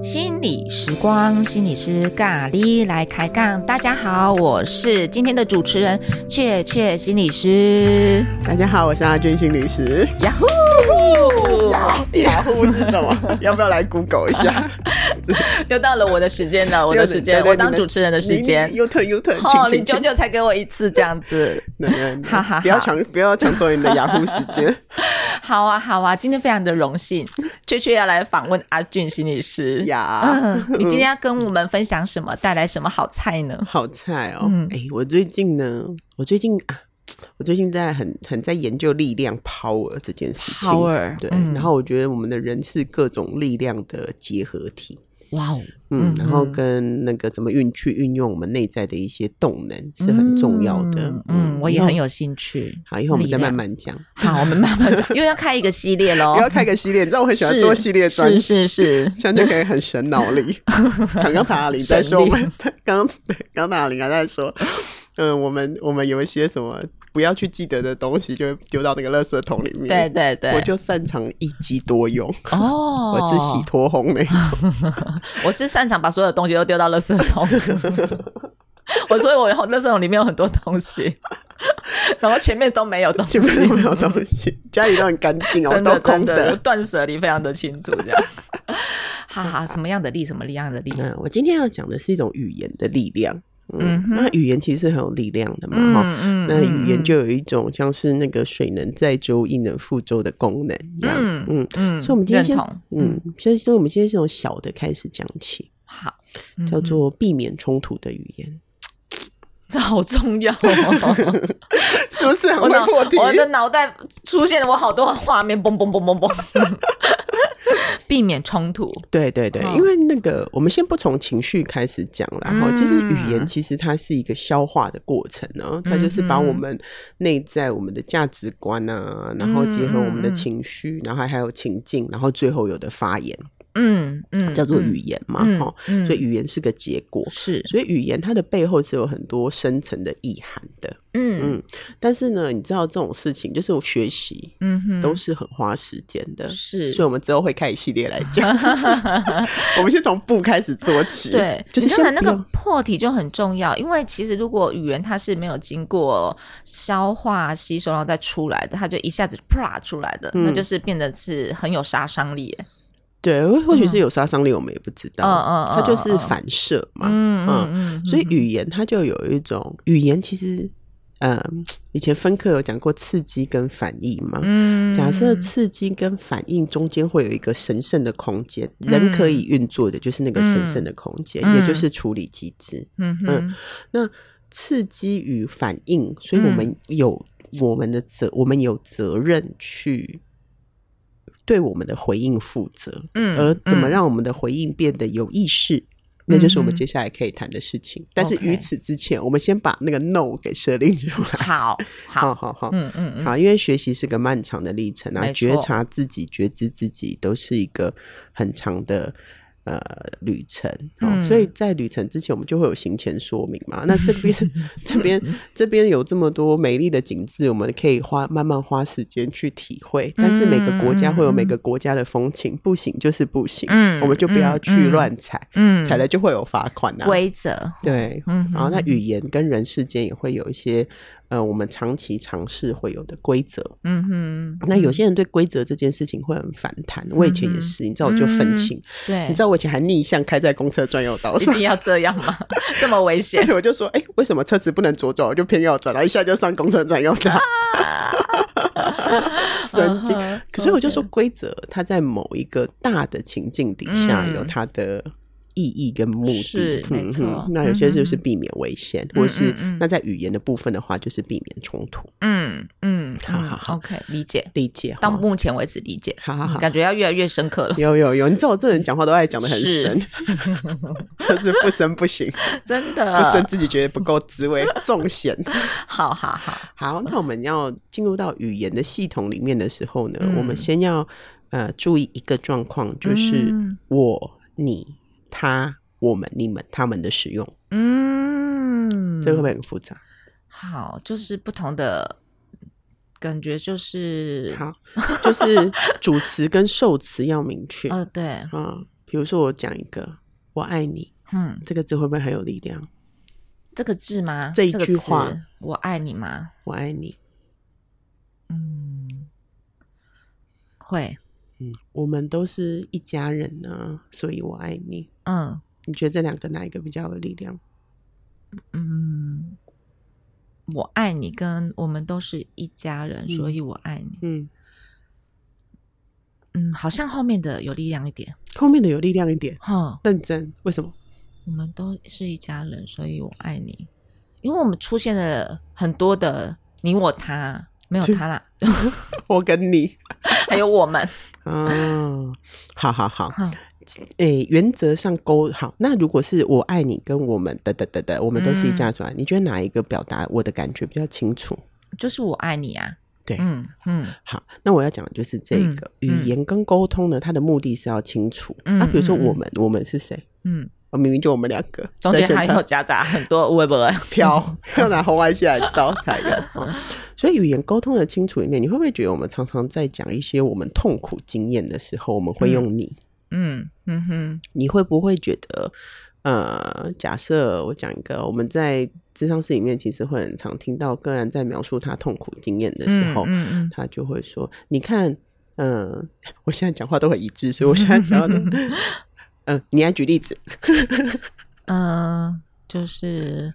心理时光，心理师咖喱来开杠。大家好，我是今天的主持人雀雀心理师。大家好，我是阿军心 理师。呀呼！雅虎是什么？要不要来 Google 一下？又到了我的时间 了，我的时间，我当主持人的时间。 U turn U turn，哦，你久久才给我一次这样子。对对 对哈哈不要抢，不要抢走 你的雅虎时间。好啊，好啊，今天非常的荣幸，雀雀要来访问阿俊心理师。呀，嗯，你今天要跟我们分享什么？带来什么好菜呢？好菜哦嗯！哎，我最近呢，我最近啊，我最近在很很在研究力量 power 这件事情。 Power，对嗯，然后我觉得我们的人是各种力量的结合体。哇哦，嗯嗯，然后嗯跟那个怎么运去运用我们内在的一些动能是很重要的。嗯，嗯我也很有。有兴趣。好，以后我们再力慢量慢讲。 好，我们慢慢讲，又要开一个系列喽不。要开个系列，你知道我很喜欢是做系列专是辑，是 是，这样就可以很省脑 力。刚刚塔林在说，我们刚刚对刚刚塔林还在说，嗯，我们我们有一些什么不要去记得的东西，就会丢到那个垃圾桶里面。对对对，我就擅长一机多用，哦，我是洗脱烘那一种。我是擅长把所有东西都丢到垃圾桶。 我所以，我垃圾桶里面有很多东 西，然后前面都没有东西就，是没有东西，家里都很干 净哦，真都的空真的断舍离非常的清楚， 这样。哈哈，什么样的力，什么样的力？嗯，我今天要讲的是一种语言的力量。嗯嗯，哼那语言其实是很有力量的嘛，哈、嗯嗯，那语言嗯就有一种像是那个水能载舟，亦能覆舟的功能一样。嗯嗯嗯，所以我们今天认先同，嗯嗯，，所以所以我们今天是从小的开始讲起，好，嗯叫做避免冲突的 语言，这好重要 哦。是不是 我很脑会破题？我的脑袋出现了我好多画面，嘣嘣嘣嘣嘣， 避免冲突。对对对，哦因为那个我们先不从情绪开始讲啦，哈、嗯其实语言其实它是一个消化的过程呢、它就是把嗯我们内在我们的价值观啊，然后结合我嗯们的情绪，然后还有情境，然后最后有的发言，嗯嗯，叫做嗯语言嘛，嗯哈、嗯所以语言是个结果，是，所以语言它的背后是有很多深层的意涵的。嗯嗯，但是呢，你知道这种事情就是我学习嗯哼，都是很花时间的，是所以我们之后会开一系列来讲。 我们先从不开始做起，对，就是你刚才先那不个用破题就很重要，因为其实如果语言它是没有经过消化吸收然后再出来的，它就一下子啪出来的，那嗯就是变得是很有杀伤力耶。对，或或许是有杀伤力，我们也不知道，嗯嗯嗯嗯它就是嗯嗯反射嘛，嗯嗯嗯嗯，所以嗯语言它就有一种语言其实。呃，以前分科有讲过刺激跟反应嘛，嗯假设刺激跟反应中间会有一个神圣的空间，人可以运作的就是那个神圣的空间，嗯也就是处理机制。嗯哼嗯那刺激与反应，所以嗯我们有、我们的责，我们有责任去对我们的回应负责。嗯而怎么嗯让我们的回应变得有意识？那就是我们嗯哼接下来可以谈的事情。但是嗯 OK 于此之前，我们先把那个 no 给设定出来。好好，好好好，嗯嗯嗯，好，因为学习是个漫长的历程没啊，错觉察自己、觉知自己都是一个很长的呃旅程、哦嗯所以在旅程之前，我们就会有行前说明嘛。那这边 这边这边有这么多美丽的景致，我们可以花慢慢花时间去体会。但是每个国家会有每个国家的风情，不行就是不行，嗯我们就不要去嗯嗯乱踩，嗯，踩了就会有罚款啊。规则，对，嗯然后那哼语言跟人世间也会有一些，呃，我们长期尝试会有的规则。嗯嗯哼，那有些人对规则这件事情会很反弹，我以前也是，你知道我就愤青，对，你知道我以前还逆向开在公车专用道一上，定要这样 吗？这么危而险且 我就说，哎、为什么车子不能左转，我就偏要转，然后一下就上公车专用 嗯道， 神经。嗯哼可是我就说，规则它在某一个大的情境底下嗯有它的。意义跟目的嗯是没错哼那有些就是嗯避免危险，或是嗯嗯那在语言的部分的话，就是避免冲突，嗯嗯，好好好 o k 理解。理解哈。到目前为止理解，好好好，感觉要越来越深刻了。有有有，你知道我这人讲话都爱讲的很是 深，就是不深不行，真不深的，自己觉得不够滋味， 重咸。好好好，好，那我们要进入到语言的系统里面的时候呢，嗯我们先要呃注意一个状况，就是嗯我、你、他、我们、你们、他们的使用，嗯，这个会不会很复杂？好，就是不同的感觉，就是好，就是主词跟受词要明确。呃，对，嗯，比如说我讲一个“我爱你嗯”，这个字会不会很有力量？这个字吗？这一个句话词我爱你吗？我爱你，嗯，会，嗯，我们都是一家人啊，所以我爱你。嗯你觉得这两个哪一个比较有力量？嗯，我爱你，跟我们都是一家人，嗯所以我爱你。嗯，嗯，好像后面的有力量一点。后面的有力量一点。哼，认真，为什么？我们都是一家人，所以我爱你。因为我们出现了很多的你我他，没有是他啦， 我跟你。还有我们。嗯，好 好好。哼诶、原则上勾好。那如果是我爱你跟我们的的的的，我们都是一嗯家人，你觉得哪一个表达我的感觉比较清楚？就是我爱你啊。对嗯嗯好，那我要讲的就是这嗯个、嗯语言跟沟通呢，它的目的是要清楚。嗯那、比如说嗯嗯我们，我们是谁？嗯，哦，明明就我们两个，中在间现还场有夹杂很多微博飘，要拿红外线来招才有、哦。所以语言沟通的清楚里面，你会不会觉得我们常常在讲一些我们痛苦经验的时候，我们会用你？ 嗯嗯哼，你会不会觉得，呃，假设我讲一个，我们在智商室里面其实会很常听到个人在描述他痛苦经验的时候，嗯嗯他就会说：“你看，嗯、我现在讲话都很一致，所以我现 在讲话都， 嗯、你来举例子，嗯，呃就是。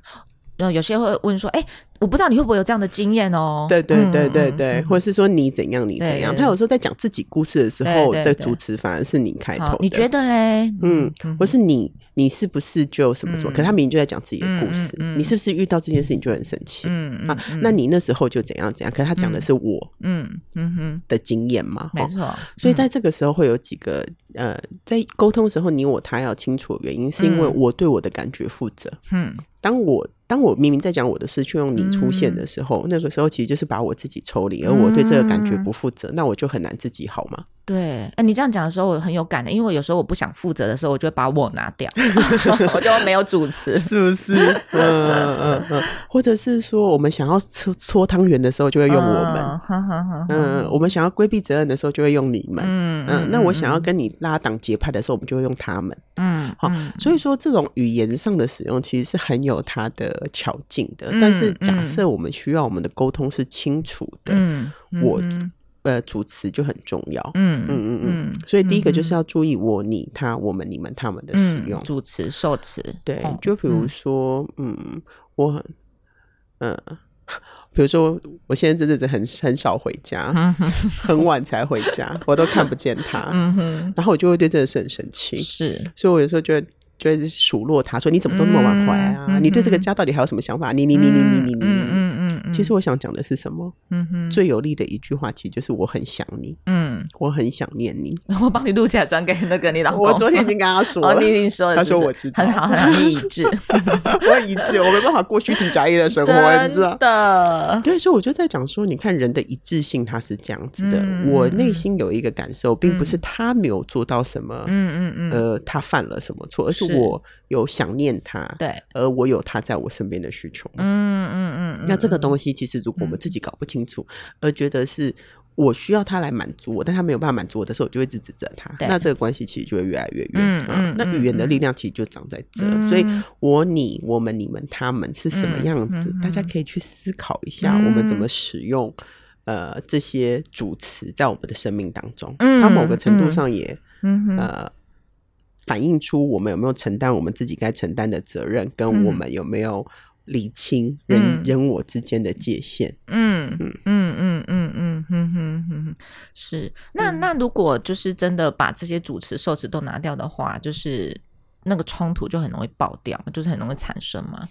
然后有些会问说：“哎、我不知道你会不会有这样的经验哦？”对对嗯对对嗯对，嗯或是说你怎样你怎样。对他有时候在讲自己故事的时候对对的对主持反而是你开头嗯好的，你觉得嘞？嗯，或我是你你是不是就什么什么？嗯可他明明就在讲自己的故嗯事，嗯嗯你是不是遇到这件事情就很生气？嗯嗯啊，那你那时候就怎样怎样？可他讲的是我嗯嗯哼，的经验嘛，没哦错。嗯所以在这个时候会有几个呃，在沟通的时候，你我他要清楚的原因，是因为嗯我对我的感觉负责。嗯当我当我明明在讲我的事，却用你出现嗯的时候，那个时候其实就是把我自己抽离，而我对这个感嗯觉不负责，那我就很难自己好 嘛。对，哎，你这样讲的时候我很有感的，因为有时候我不想负责的时候，我就会把我拿 掉， 我就没有主持。是不是？嗯嗯嗯，或者是说，我们想要搓搓汤圆的时候，就会用我们。嗯哼哼哼哼嗯，我们想要规避责任的时候，就会用你们。嗯嗯，那我想要跟你拉党结派的时候，我们就会用他们。嗯好嗯所以说，这种语言上的使用其实是很有它的巧劲的。嗯但是，假设我们需要我们的沟通是清楚的，嗯，嗯我嗯呃，主词就很重要。嗯嗯嗯嗯所以第一个就是要注意我、你、他、我们、你们、他们的使用。主词、受词，对嗯，就比如嗯说，嗯，我很，呃， 比如说，我现在这阵子很很少回家，很晚才回家，我都看不见他， 嗯哼，然后我就会对这件事很生气，是所以我有时候就会就会数落他说：“你怎么都那么晚回来啊？嗯嗯你对这个家到底还有什么想法？你你你你你你你嗯你。嗯嗯嗯，其实我想讲的是什么？嗯哼，最有力的一句话，其实就是“我很想你，嗯，我很想念你我帮你录起来转给那个你”。老公。我昨天已经跟他说哦，了，你已经说了他是不是，说我知道很好，很好，你一致，我很一致，我没办法过虚情假意的生活，你知道真？的，对，所以我就在讲说，你看人的一致性，它是这样子的。嗯我嗯内嗯心有一个感受，并不是他没有做到什么，嗯嗯嗯，呃，他犯了什么错，而是是我有想念他，对，而我有他在我身边的需求。嗯嗯嗯，那这个西，东西，其实如果我们自己搞不清楚，而觉得是我需要他来满足我，但他没有办法满足我的时候，我就会一直指责他。对那这个关系其实就会越来越远。嗯嗯那嗯语言的嗯力量其实就长在这，嗯所以我、你、我们、你们、他们是什么嗯样子？嗯大家嗯可以去思考一下，我们嗯怎么使用。呃，这些主词在我们的生命当中，嗯它某个程度嗯上也、嗯哼，呃反映出我们有没有承担我们自己该承担的责任，跟嗯我们有没有理清人、嗯人我之间的界限。嗯嗯嗯嗯嗯嗯嗯嗯，是。那那如果就是真的把这些主持受词都拿掉的话，就是那个冲突就很容易爆掉，就是很容易产生嘛。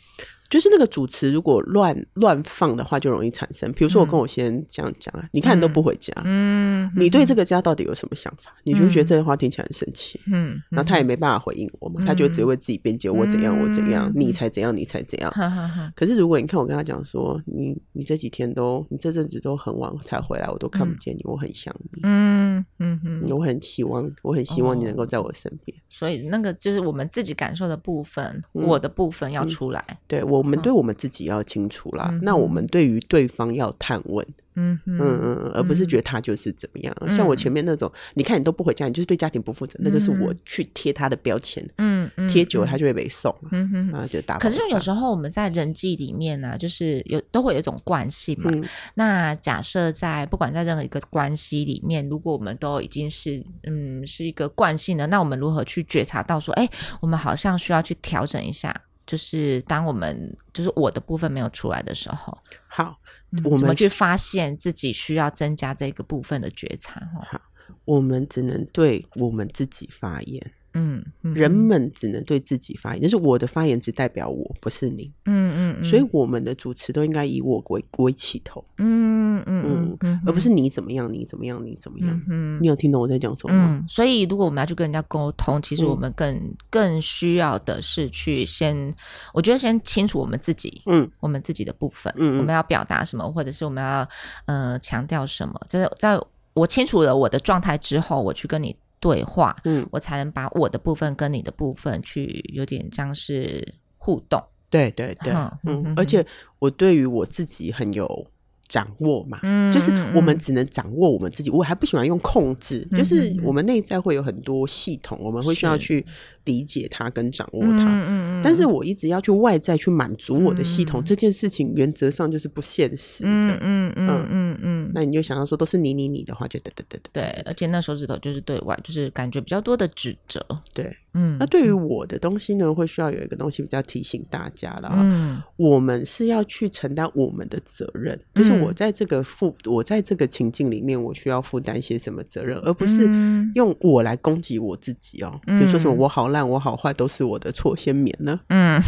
就是那个主持如果乱乱放的话，就容易产生。比如说我跟我先生这样讲啊，你看你都不回家，嗯，你对这个家到底有什么想法？你就觉得这句话听起来很生气。嗯，嗯，然后他也没办法回应我嘛，嗯他就只会为自己辩解，我怎样我怎样嗯，你才怎样你才怎样。哈哈哈，可是如果你看我跟他讲说，你你这几天都你这阵子都很晚才回来，我都看不见你，我很想你。嗯嗯嗯，我很希望，我很希望你能哦够在我身边。所以那个就是我们自己感受的部分，嗯我的部分要出来，对我，我们对我们自己要清楚啦，嗯那我们对于对方要探问，嗯哼嗯嗯，嗯，而不是觉得他就是怎么样。像我前面那种，你看你都不回家，你就是对家庭不负责，那就是我去贴他的标签，嗯嗯贴久了他就会被送啊，嗯哼。啊就打爆炸。可是有时候我们在人际里面呢、就是有都会有一种惯性嘛。嗯那假设在不管在任何一个关系里面，如果我们都已经是嗯是一个惯性的，那我们如何去觉察到说，哎，我们好像需要去调整一下？就是当我们就是我的部分没有出来的时候，好，嗯我们怎么去发现自己需要增加这个部分的觉察？哦，我们只能对我们自己发言，嗯，嗯人，们只能对自己发言，就是我的发言只代表我，不是你。嗯嗯嗯，所以我们的主持都应该以我为为起头，嗯，嗯嗯嗯嗯嗯，而不是你怎么样，你怎么样，你怎么样嗯。嗯你有听懂我在讲什么吗？嗯，所以如果我们要去跟人家沟通，其实嗯我们更、更需要的是去先，我觉得先清楚我们自己，嗯，我们自己的部分，嗯嗯我们要表达什么，或者是我们要呃强调什么，就是在我清楚了我的状态之后，我去跟你对话，嗯，我才能把我的部分跟你的部分去有点像是互动，对对对哼，嗯嗯哼，而且我对于我自己很有掌握嘛，嗯就是嗯我们嗯只能掌握我们自己，我还不喜欢用控制，嗯就是嗯嗯我们内在会有很多系统，我们会需要是去理解它跟掌握嗯它。嗯嗯，但是我一直要去外在去满足我的系统，嗯这件事情原则上就是不现实的。嗯嗯嗯嗯嗯嗯，那你就想要说都是你你你的话，就得得得得对，而且那手指头就是对外，就是感觉比较多的指责，对。嗯，那对于我的东西呢，会需要有一个东西比较提醒大家啦。嗯。我们是要去承担我们的责任，就是嗯我在这个负，我在这个情境里面，我需要负担一些什么责任，而不是嗯用我来攻击我自己哦。比如说什么嗯我好烂，我好坏都是我的错，先免了，嗯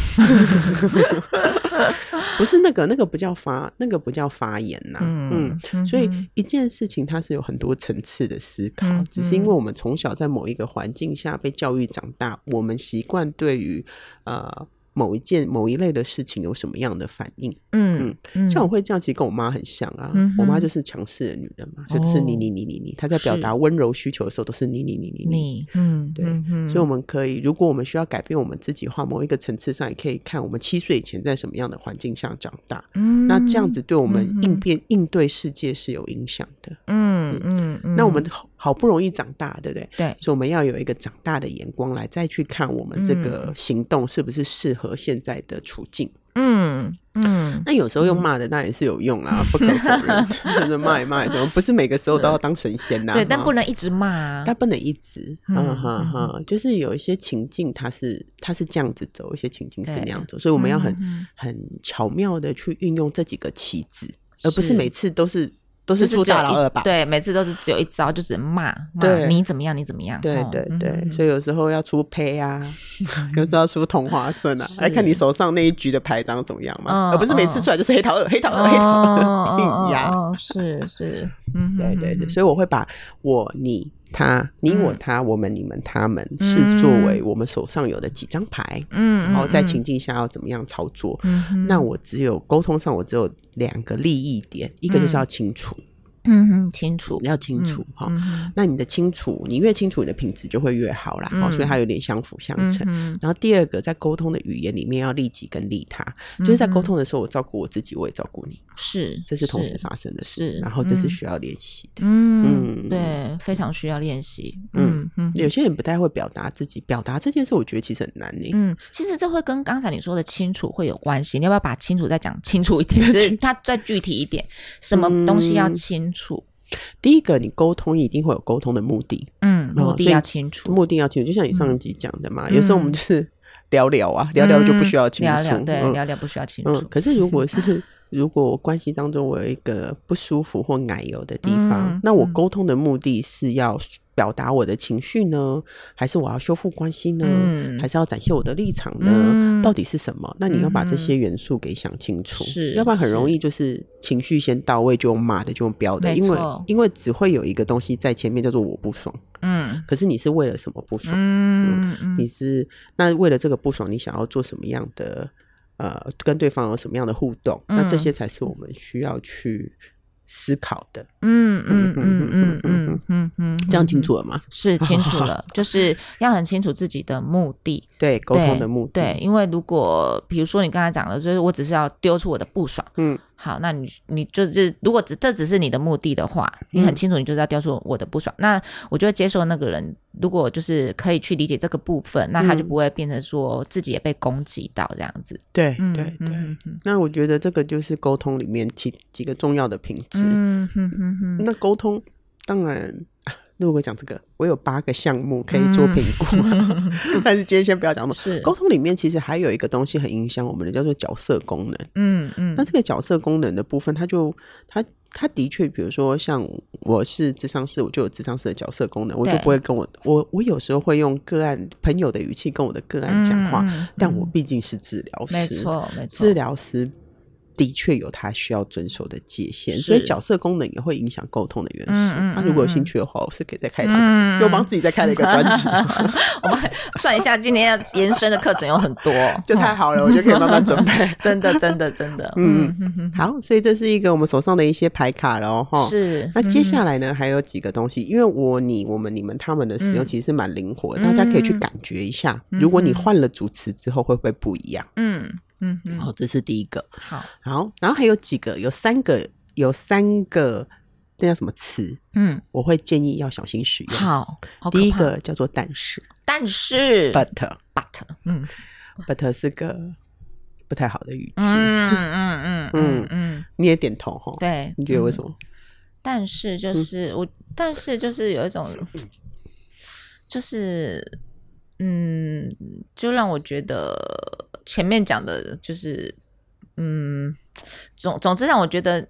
不是那个，那个不叫发，那个不叫发言呐、嗯嗯，嗯所以哼一件事情它是有很多层次的思考，嗯只是因为我们从小在某一个环境下被教育长大，我们习惯对于呃某一件某一类的事情有什么样的反应。嗯嗯，像我会这样，其实跟我妈很像啊。嗯哼我妈就是强势的女人嘛，所以都是你哦你你你你，她在表是达温柔需求的时候都是你你你你你。你嗯对嗯嗯所以我们可以，如果我们需要改变我们自己的话，某一个层次上也可以看我们七岁以前在什么样的环境下长大。嗯那这样子对我们嗯哼应变、应对世界是有影响的。嗯嗯嗯，那我们好好不容易长大，对不对？对所以我们要有一个长大的眼光来再去看我们这个行动是不是适合现在的处境。嗯嗯 那有时候用骂的当然是有用啦，不可否 认，就是骂一骂什么，不是每个时候都要当神仙呐。对，但哈不。能一直骂啊，但不能一直，嗯嗯哼嗯哼，就是有一些情境，它是它是这样子走，有一些情境是对那样走，所以我们要很、嗯很巧妙的去运用这几个棋子，而不是是每次都是都就是是出只有大老二一吧？对，每次都是只有一招，就只能骂骂对你怎么样，你怎么样，对哦对嗯对，嗯所以有时候要出胚啊， 有时候要出同花顺啊，来看你是手上那一局的牌长怎么样嘛，嗯而不是每次嗯出来就是黑桃二、黑桃哦二、黑桃 哦二，哦硬压。哦，是是，嗯，对对对，嗯，所以我会把我、你、他、你、我、嗯他、我们、你们、他们视作为我们手上有的几张牌，嗯，然后在嗯情，境下要怎么样操作。嗯哼那我只有沟通上，我只有两个利益点，一个就是要清楚，嗯哼清楚要清楚哈。嗯哼那你的清楚，你越清楚，你的品质就会越好啦。哦，嗯所以它有点相辅相嗯成。哼然后第二个，在沟通的语言里面要利己跟利他，就是在嗯沟哼通的时候，我照顾我自己，我也照顾你，是这是同时发生的事。是，然后这是嗯需要练习的。嗯，嗯对，非常需要练习。嗯嗯嗯有些人不太会表达自己，表达这件事，我觉得其实很难欸呢。嗯，其实这会跟刚才你说的清楚会有关系。你要不要把清楚再讲清楚一 点？就是它再具体一点，什么东西嗯要清楚？第一个，你沟通一定会有沟通的目的，嗯，目哦的所以要清楚，目的要清楚。就像你嗯上一集讲的嘛，有时候我们就是聊聊啊，聊聊就不需要清楚。嗯聊聊对，嗯聊聊不需要清嗯楚，。可是如果是如果我关系当中我有一个不舒服或奶油的地方，嗯那我嗯沟通的目的是要表达我的情绪呢，还是我要修复关系呢，嗯还是要展现我的立场呢？嗯到底是什么？那你要把这些嗯元素给想清楚，是要不然很是容易就是情绪先到位就用骂的就用标的，没因为错因为只会有一个东西在前面叫做我不爽，嗯可是你是为了什么不爽？嗯嗯你是那为了这个不爽，你想要做什么样的呃，跟对方有什么样的互动？那这嗯些才是我们需要去思考的，嗯嗯嗯嗯嗯嗯嗯，这样清楚了吗？是清楚了，就是要很清楚自己的目的，对，沟通的目的，对，因为如果比如说你刚才讲的，就是我只是要丢出我的不爽，嗯，好，那你你就是如果只这只是你的目的的话，你很清楚，你就是要丢出我的不爽，那我就会接受那个人，如果就是可以去理解这个部分，那他就不会变成说自己也被攻击到这样子，对嗯对对。嗯嗯那我觉得这个就是沟通里面几几个重要的品质。嗯哼哼哼。那沟通当然，啊如果讲这个，我有八个项目可以做评估，啊 但是今天先不要讲嘛。嗯是沟通里面其实还有一个东西很影响我们的，叫做角色功能。嗯嗯，那这个角色功能的部分，它就它它的确，比如说像我是智商师，我就有智商师的角色功能，我就对不会跟我我我有时候会用个案朋友的语气跟我的个案讲话，嗯嗯嗯但我毕竟是治疗师，没错没错，治疗师的确有他需要遵守的界限，是所以角色功能也会影响沟通的元素。那、嗯嗯如果有嗯兴趣的话，我是可以再开一堂课，嗯，又帮自己再开了一个专辑， 我们算一下，今天要延伸的课程有很多，嗯就太好了，我就可以慢慢准备。真的真的真的，嗯嗯，好，所以这是一个我们手上的一些牌卡喽，哈。是。哦那接嗯下来呢，还有几个东西，因为我、你、我们、你们、他们的使用嗯其实蛮灵活的，大家可以去感觉一下，如果你换了主词之后会不会不一样？嗯嗯嗯，哦，这是第一个。好，好，然后还有几个，有三个，有三个，那叫什么词？嗯我会建议要小心使用。，好，好可第一怕，个叫做但是但是 （but），but but，嗯是个不太好的语句。嗯嗯嗯嗯嗯，你也点头哈？，对，嗯你觉得为什么？么？但是嗯就是我，但是就是有一种，就是嗯，就让我觉得前面讲的，就是嗯，总总之让我觉得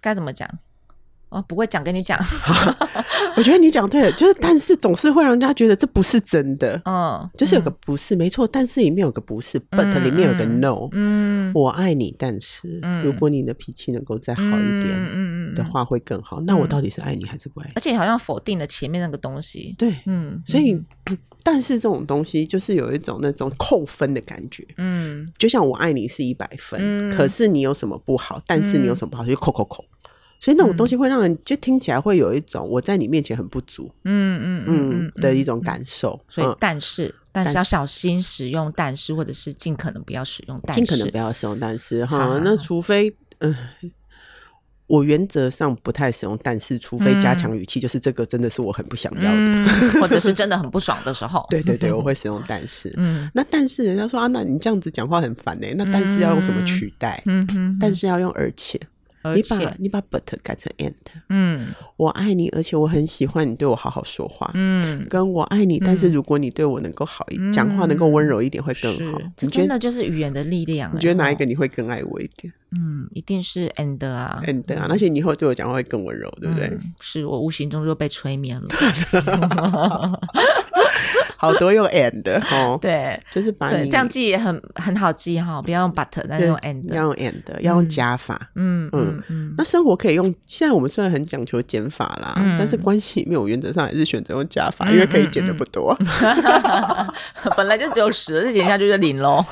该怎么讲。哦，不会讲，跟你讲，我觉得你讲对了，就是但是总是会让人家觉得这不是真的，嗯， 就是有个不是，没错，但是里面有个不是，but 里面有个 no。嗯，我爱你，但是嗯如果你的脾气能够再好一嗯点嗯嗯的，话，会更好。那我到底是爱你还是不爱你而？且好像否定了前面那个东西，对，嗯，所以， 但是这种东西就是有一种那种扣分的感觉，嗯，就像我爱你是一百分，嗯可是你有什么不好，但是你有什么不好就扣扣扣，所以那种东嗯西会让人就听起来会有一种我在你面前很不足，嗯嗯嗯嗯的一种感受，所以嗯，但是但是要小心使用但是，或者是尽可能不要使用但尽是，可能不要使用但是好哈好，那好除非嗯。我原则上不太使用，但是除非加强语气，就是这个真的是我很不想要的。嗯， 或者是真的很不爽的时候， 对对对，我会使用但是。嗯那但是人家说啊，那你这样子讲话很烦呢、欸那但是要用什么取代？嗯嗯，但是要用而且，而你把且，你把 but 改成 and。嗯我爱你，而且我很喜欢你对我好好说话。嗯，跟我爱你，但是如果你对我能够好一，讲话能够温柔一点，会更嗯是好。，这你觉真得的就是语言的力量。你觉得哎哪一个？你会更爱我一点？嗯，一定是 and 啊嗯，对啊，而且你以后对我讲话会更温柔，对不对？嗯是我无形中就被催眠 了。好多用 and 哦，对就是把对，你嗯这样记也很很好记哈，不要用 but，但是对用 and。要用 and，要用加法。嗯嗯嗯嗯，那生活可以用，现在我们虽然很讲求减法啦，嗯但是关系里面我原则上还是选择用加法，因为可以减的不多，嗯 本来就只有十，这减下去就零喽。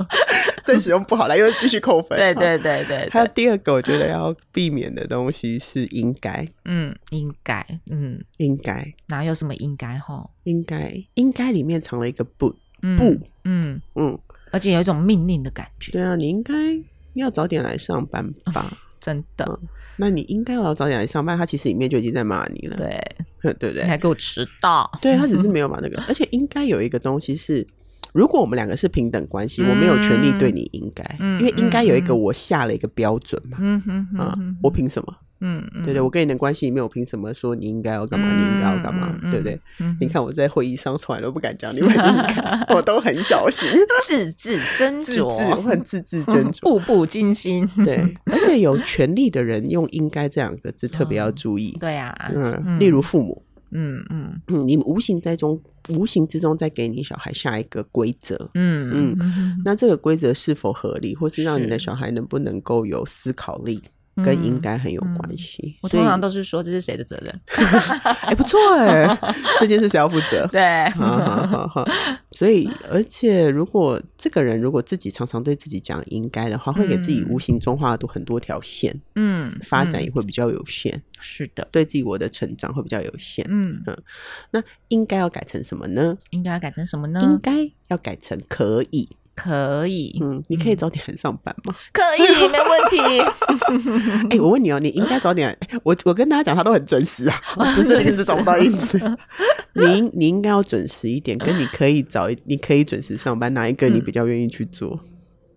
再使用不好了又继续扣分。对哦。对对对，还有对第二个，我觉得要避免的东西是应该，嗯，应该，嗯，应该，哪有什么应该吼？应该，应该里面藏了一个不，嗯不，嗯，嗯，而且有一种命令的感觉，对啊，你应该要早点来上班吧？真的，那你应该要早点来上班，他其实里面就已经在骂你了，对，对 对不你对？ 还给我迟到，对他只是没有把那个， 而且应该有一个东西是，如果我们两个是平等关系，我没有权利对你应该，嗯因为应该有一个我下了一个标准嘛，嗯哼哼啊、哼，我凭什么？嗯嗯，对对，我跟你的关系里面，我凭什么说你应该要干嘛，你应该要干嘛，对不对？嗯你看我在会议上从来都不敢讲你 们应该，我都很小心，字字斟自 制，我酌，很字字斟酌。步步惊心，对，而且有权利的人用“应该”这两个字特别要注 意。对啊，嗯，例如，父母，嗯嗯嗯，你无形在中，无形之中在给你小孩下一个规则，嗯嗯，那这个规则是否合理，或是让你的是小孩能不能够有思考力？跟应该很有关系。嗯我所通以常都是说这是谁的责 任？哎，不错哎， 这件事谁要负责？对，好好好好，所以而且如果这个人如果自己常常对自己讲应该的话，会给自己嗯无形中画多很多条线，嗯，发展嗯也会比较有限，是的，对自己我的成长会比较有限。嗯，那应该要改成什么呢？应该要改成什么应呢？该要改成可以。可以，嗯，你可以早点来上班吗？可以，没问题。哎、 我问你哦，你应该早点 来。我我跟大家讲，他都很 准时啊，我不是临时找不到意 思。你应你应该要准时一点，跟你可以早一，你可以准时上班，哪一个你比较愿意去做？嗯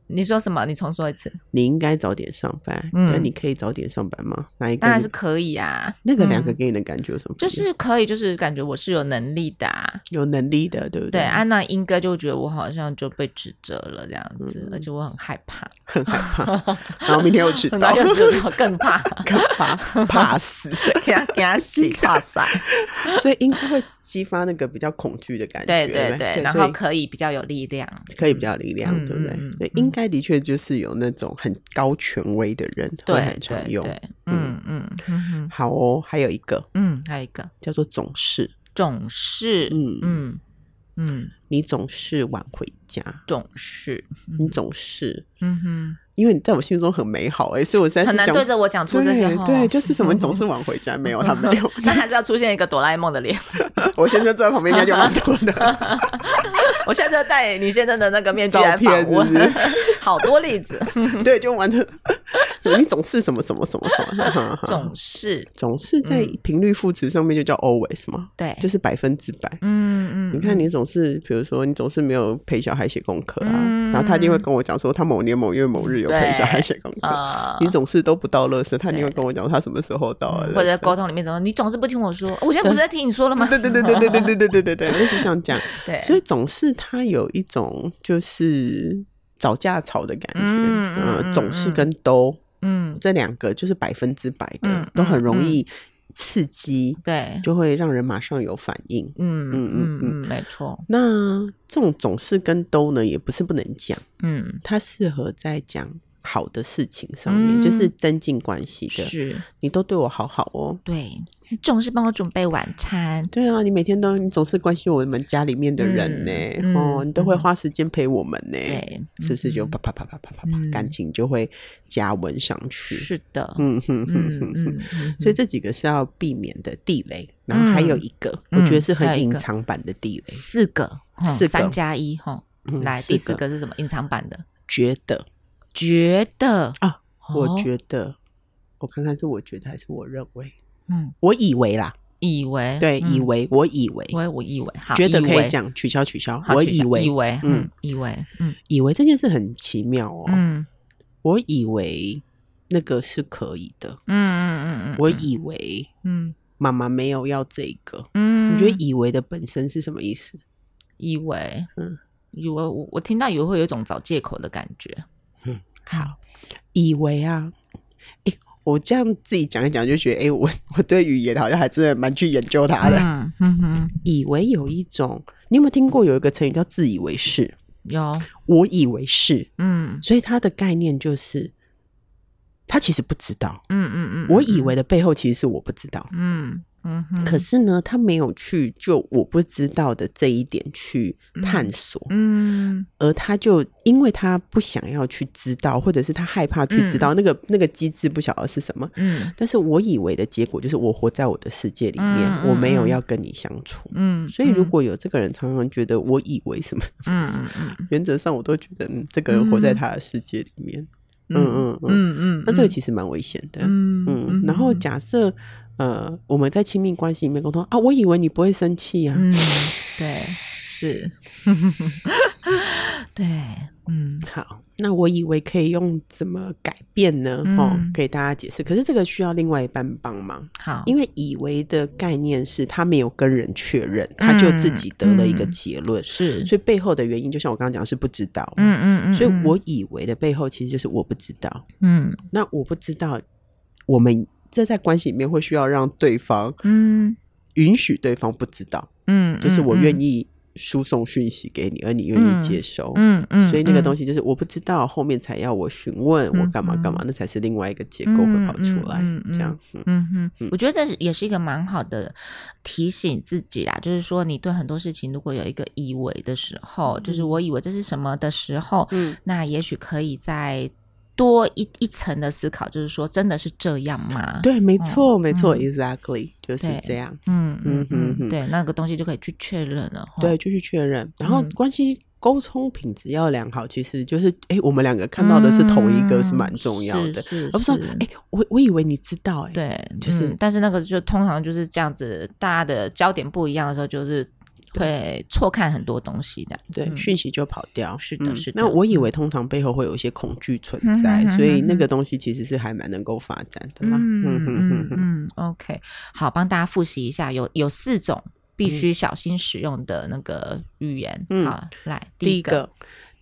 你说什么？你重说一次。你应该早点上班，嗯跟你可以早点上班吗？哪一个当你？然是可以啊，嗯那个两个嗯给你的感觉有什么不一就样？是可以，就是感觉我是有能力的、啊。有能力的，对不对，啊对，安娜英哥就觉得我好像就被指责了这样子，嗯而且我很害怕，很害怕，然后明天又迟 到，就 是我更怕，干怕怕死，给他给他 洗叉塞。所以应该会激发那个比较恐惧的感觉，对对对不对，对，然所后以可以比较有力量。可以比较有力量，嗯对不对？嗯嗯所以嗯应该的确就是有那种很高权威的人会对很对常用。对，嗯嗯嗯嗯好哦，还有一个嗯，还有一个叫做总是，总是，嗯嗯嗯，你总是晚回家，总是，你总是，嗯哼，因为你在我心中很美好哎、所以我实在是很难讲对着我讲出这些话。嗯对对，就是什么你总是晚回家，没有他没有， 那还是要出现一个哆啦 A 梦的脸。我现在坐在旁边应该就蛮多 的。我现在就戴你现在的那个面具照来片访问是不是， 好多例子，对，就玩的， 什么你总是什么什么什么什么，哈哈总嗯是总是在频率副词上面就叫 always 嘛，对，就是百分之百。嗯嗯，你看，你总是，比如说，你总是没有陪小孩写功课啊，嗯然后他一定会跟我讲说，他某年某月某日有陪小孩写功课。啊你总是都不到乐圾，他一定会对嗯跟我讲他什么时候到了。或者在沟通里面怎么，你总是不听我说，我现在不是在听你说了吗？对对对对对对对对对对对，类似像这样， 对，所以总是他有一种就是找架吵的感觉。嗯嗯呃嗯总是嗯跟都嗯，这两个就是百分之百的，嗯都很容嗯易刺激，对，就会让人马上有反应。嗯嗯嗯嗯嗯嗯，没错，那这种总是跟都呢，也不是不能讲，嗯，它适合在讲好的事情上面，就是增进关系的。嗯是你都对我好好哦，对，你总是帮我准备晚餐，对啊，你每天都你总是关心我们家里面的人呢、嗯嗯哦，你都会嗯花时间陪我们呢、对，是不是就嗯啪啪啪啪啪啪啪，嗯感情就会加温上去？是的，嗯哼哼嗯哼哼嗯。，嗯所以这几个是要避免的地雷，然后还有一个，我觉得是嗯还很有一隐个藏版的地雷，四个，嗯四个三加一哈嗯，来四第四个个是什么？隐藏版的，觉得觉得啊，哦我觉得，我看看是我觉得还是我认为，嗯，我以为啦，以为嗯对，以，为，我以为，我我以为，好觉得以可以为讲取消取消，好我取消以为以，为，嗯嗯，以为，嗯以为这件事很奇妙哦，嗯我以为那个是可以的，嗯嗯嗯嗯，我嗯以为嗯妈妈没有要这个，嗯，你觉得以为的本身是什么意思？以为，嗯嗯，以为我我听到以为会有一种找借口的感觉，好，以为啊，诶，我这样自己讲一讲，就觉得诶，我我对语言好像还真的蛮去研究它的。嗯嗯嗯，以为有一种，你有没有听过有一个成语叫自以为是？有，我以为是，嗯所以它的概念就是，他其实不知道。嗯嗯嗯，我以为的背后其实是我不知道，嗯，嗯嗯，可，是呢，他没有去就我不知道的这一点去探索，嗯而他就因为他不想要去知道，或者是他害怕去知道，那个那个机制不晓得是什么，嗯但是我以为的结果就是我活在我的世界里面，嗯嗯我没有要跟你相处。嗯，所以如果有这个人常常觉得我以为什么，嗯嗯嗯原则上我都觉得嗯，这个人活在他的世界里面。嗯嗯嗯，嗯嗯，那这个其实蛮危险的。嗯嗯，然后假设呃我们在亲密关系里面沟通啊，我以为你不会生气 啊呀、嗯，对，是， 对，嗯好，那我以为可以用怎么改变呢？嗯哦，给大家解释。可是这个需要另外一半帮忙，好，因为以为的概念是他没有跟人确认，他就自己得了一个嗯结论，是，所以背后的原因就像我刚刚讲是不知道。嗯嗯嗯，所以嗯我以为的背后其实就是我不知道。嗯那我不知道，我们这在关系里面会需要让对方嗯允许对方不知道，嗯，就是我嗯愿，意输送讯息给你，而你愿意接收。嗯嗯，所以那个东西西就是我不知道，后面才要我询问嗯我干嘛干嘛，那才是另外一个结构会跑出来嗯嗯嗯。这样，嗯嗯哼，我觉得这也是一个蛮好的提醒自己啦，就是说你对很多事情如果有一个以为的时候，就是我以为这是什么的时候，嗯那也许可以再多一一层的思考，就是说真的是这样吗？，对，没错，没错嗯，exactly 就是对这样。嗯嗯嗯嗯哼，哼对，那个东西就可以去确认了。吼对，，就去确认，然后哦嗯关系沟通品质要良好，其实就是哎，我们两个看到的是同一个，是蛮重要的，嗯是而不是说哎，我我以为你知道，哎，对，就是嗯但是那个就通常就是这样子，大家的焦点不一样的时候，就是会错看很多东西的。对，嗯讯息就跑掉。是的嗯是的嗯那我以为通常背后会有一些恐惧存在，所以那个东西其实是还蛮能够发展的啦。嗯嗯嗯嗯，OK，好，帮大家复习一下，有有四种必须小心使用的那个语言。嗯好，来第一一个，个，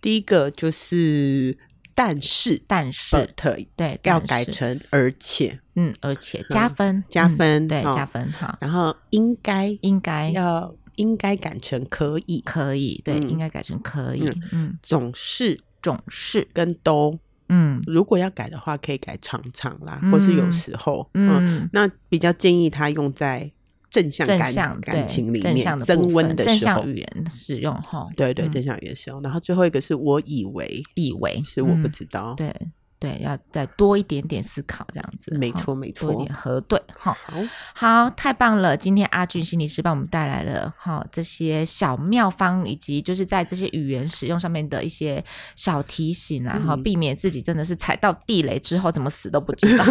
第一个就是但是但是 but 对，要但改是成而且，嗯，而且加分加嗯分对好加分好，然后应该应该要应该改成可以，可以，对，嗯应该改成可以，嗯，总是总是，跟都，嗯如果要改的话，可以改常常啦，或是有嗯时候，嗯嗯。那比较建议他用在正向正感向感对情里正向面的增部温分的正时候向，语言使用哈，对对，嗯正向语言使用。然后最后一个是我以为以为是我不嗯知道，对对，要再多一点点思考这样子，没哈错没多一错点核对哈。好，好，太棒了！今天阿俊心理师帮我们带来了哈这些小妙方，以及就是在这些语言使用上面的一些小提醒啊，然后嗯避免自己真的是踩到地雷之后怎么死都不知道。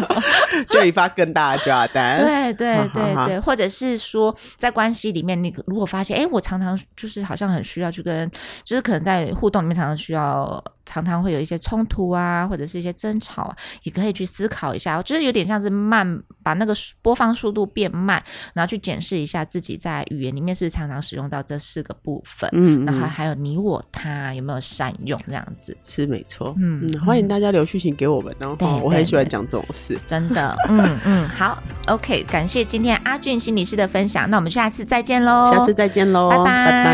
这一发更大的炸弹，对对好好对好对，或者是说在关系里面，你如果发现，哎，我常常就是好像很需要去跟，就是可能在互动里面常常需要，常常会有一些冲突啊，或者是一些争吵啊，也可以去思考一下，就是有点像是慢，把那个速播放速度变慢，然后去检视一下自己在语言里面是不是常常使用到这四个部分，嗯，然后嗯还有你我他有没有善用这样子。是没错，嗯嗯，欢迎大家留讯息给我们哦，对然后我对很喜欢对讲这种事，真的，嗯嗯，好，OK，感谢今天阿俊心理师的分享，那我们下次再见喽，下次再见喽，哦拜拜拜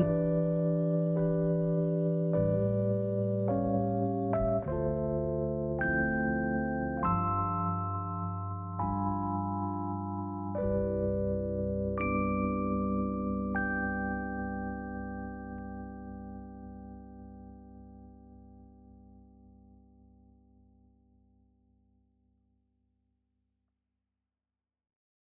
拜。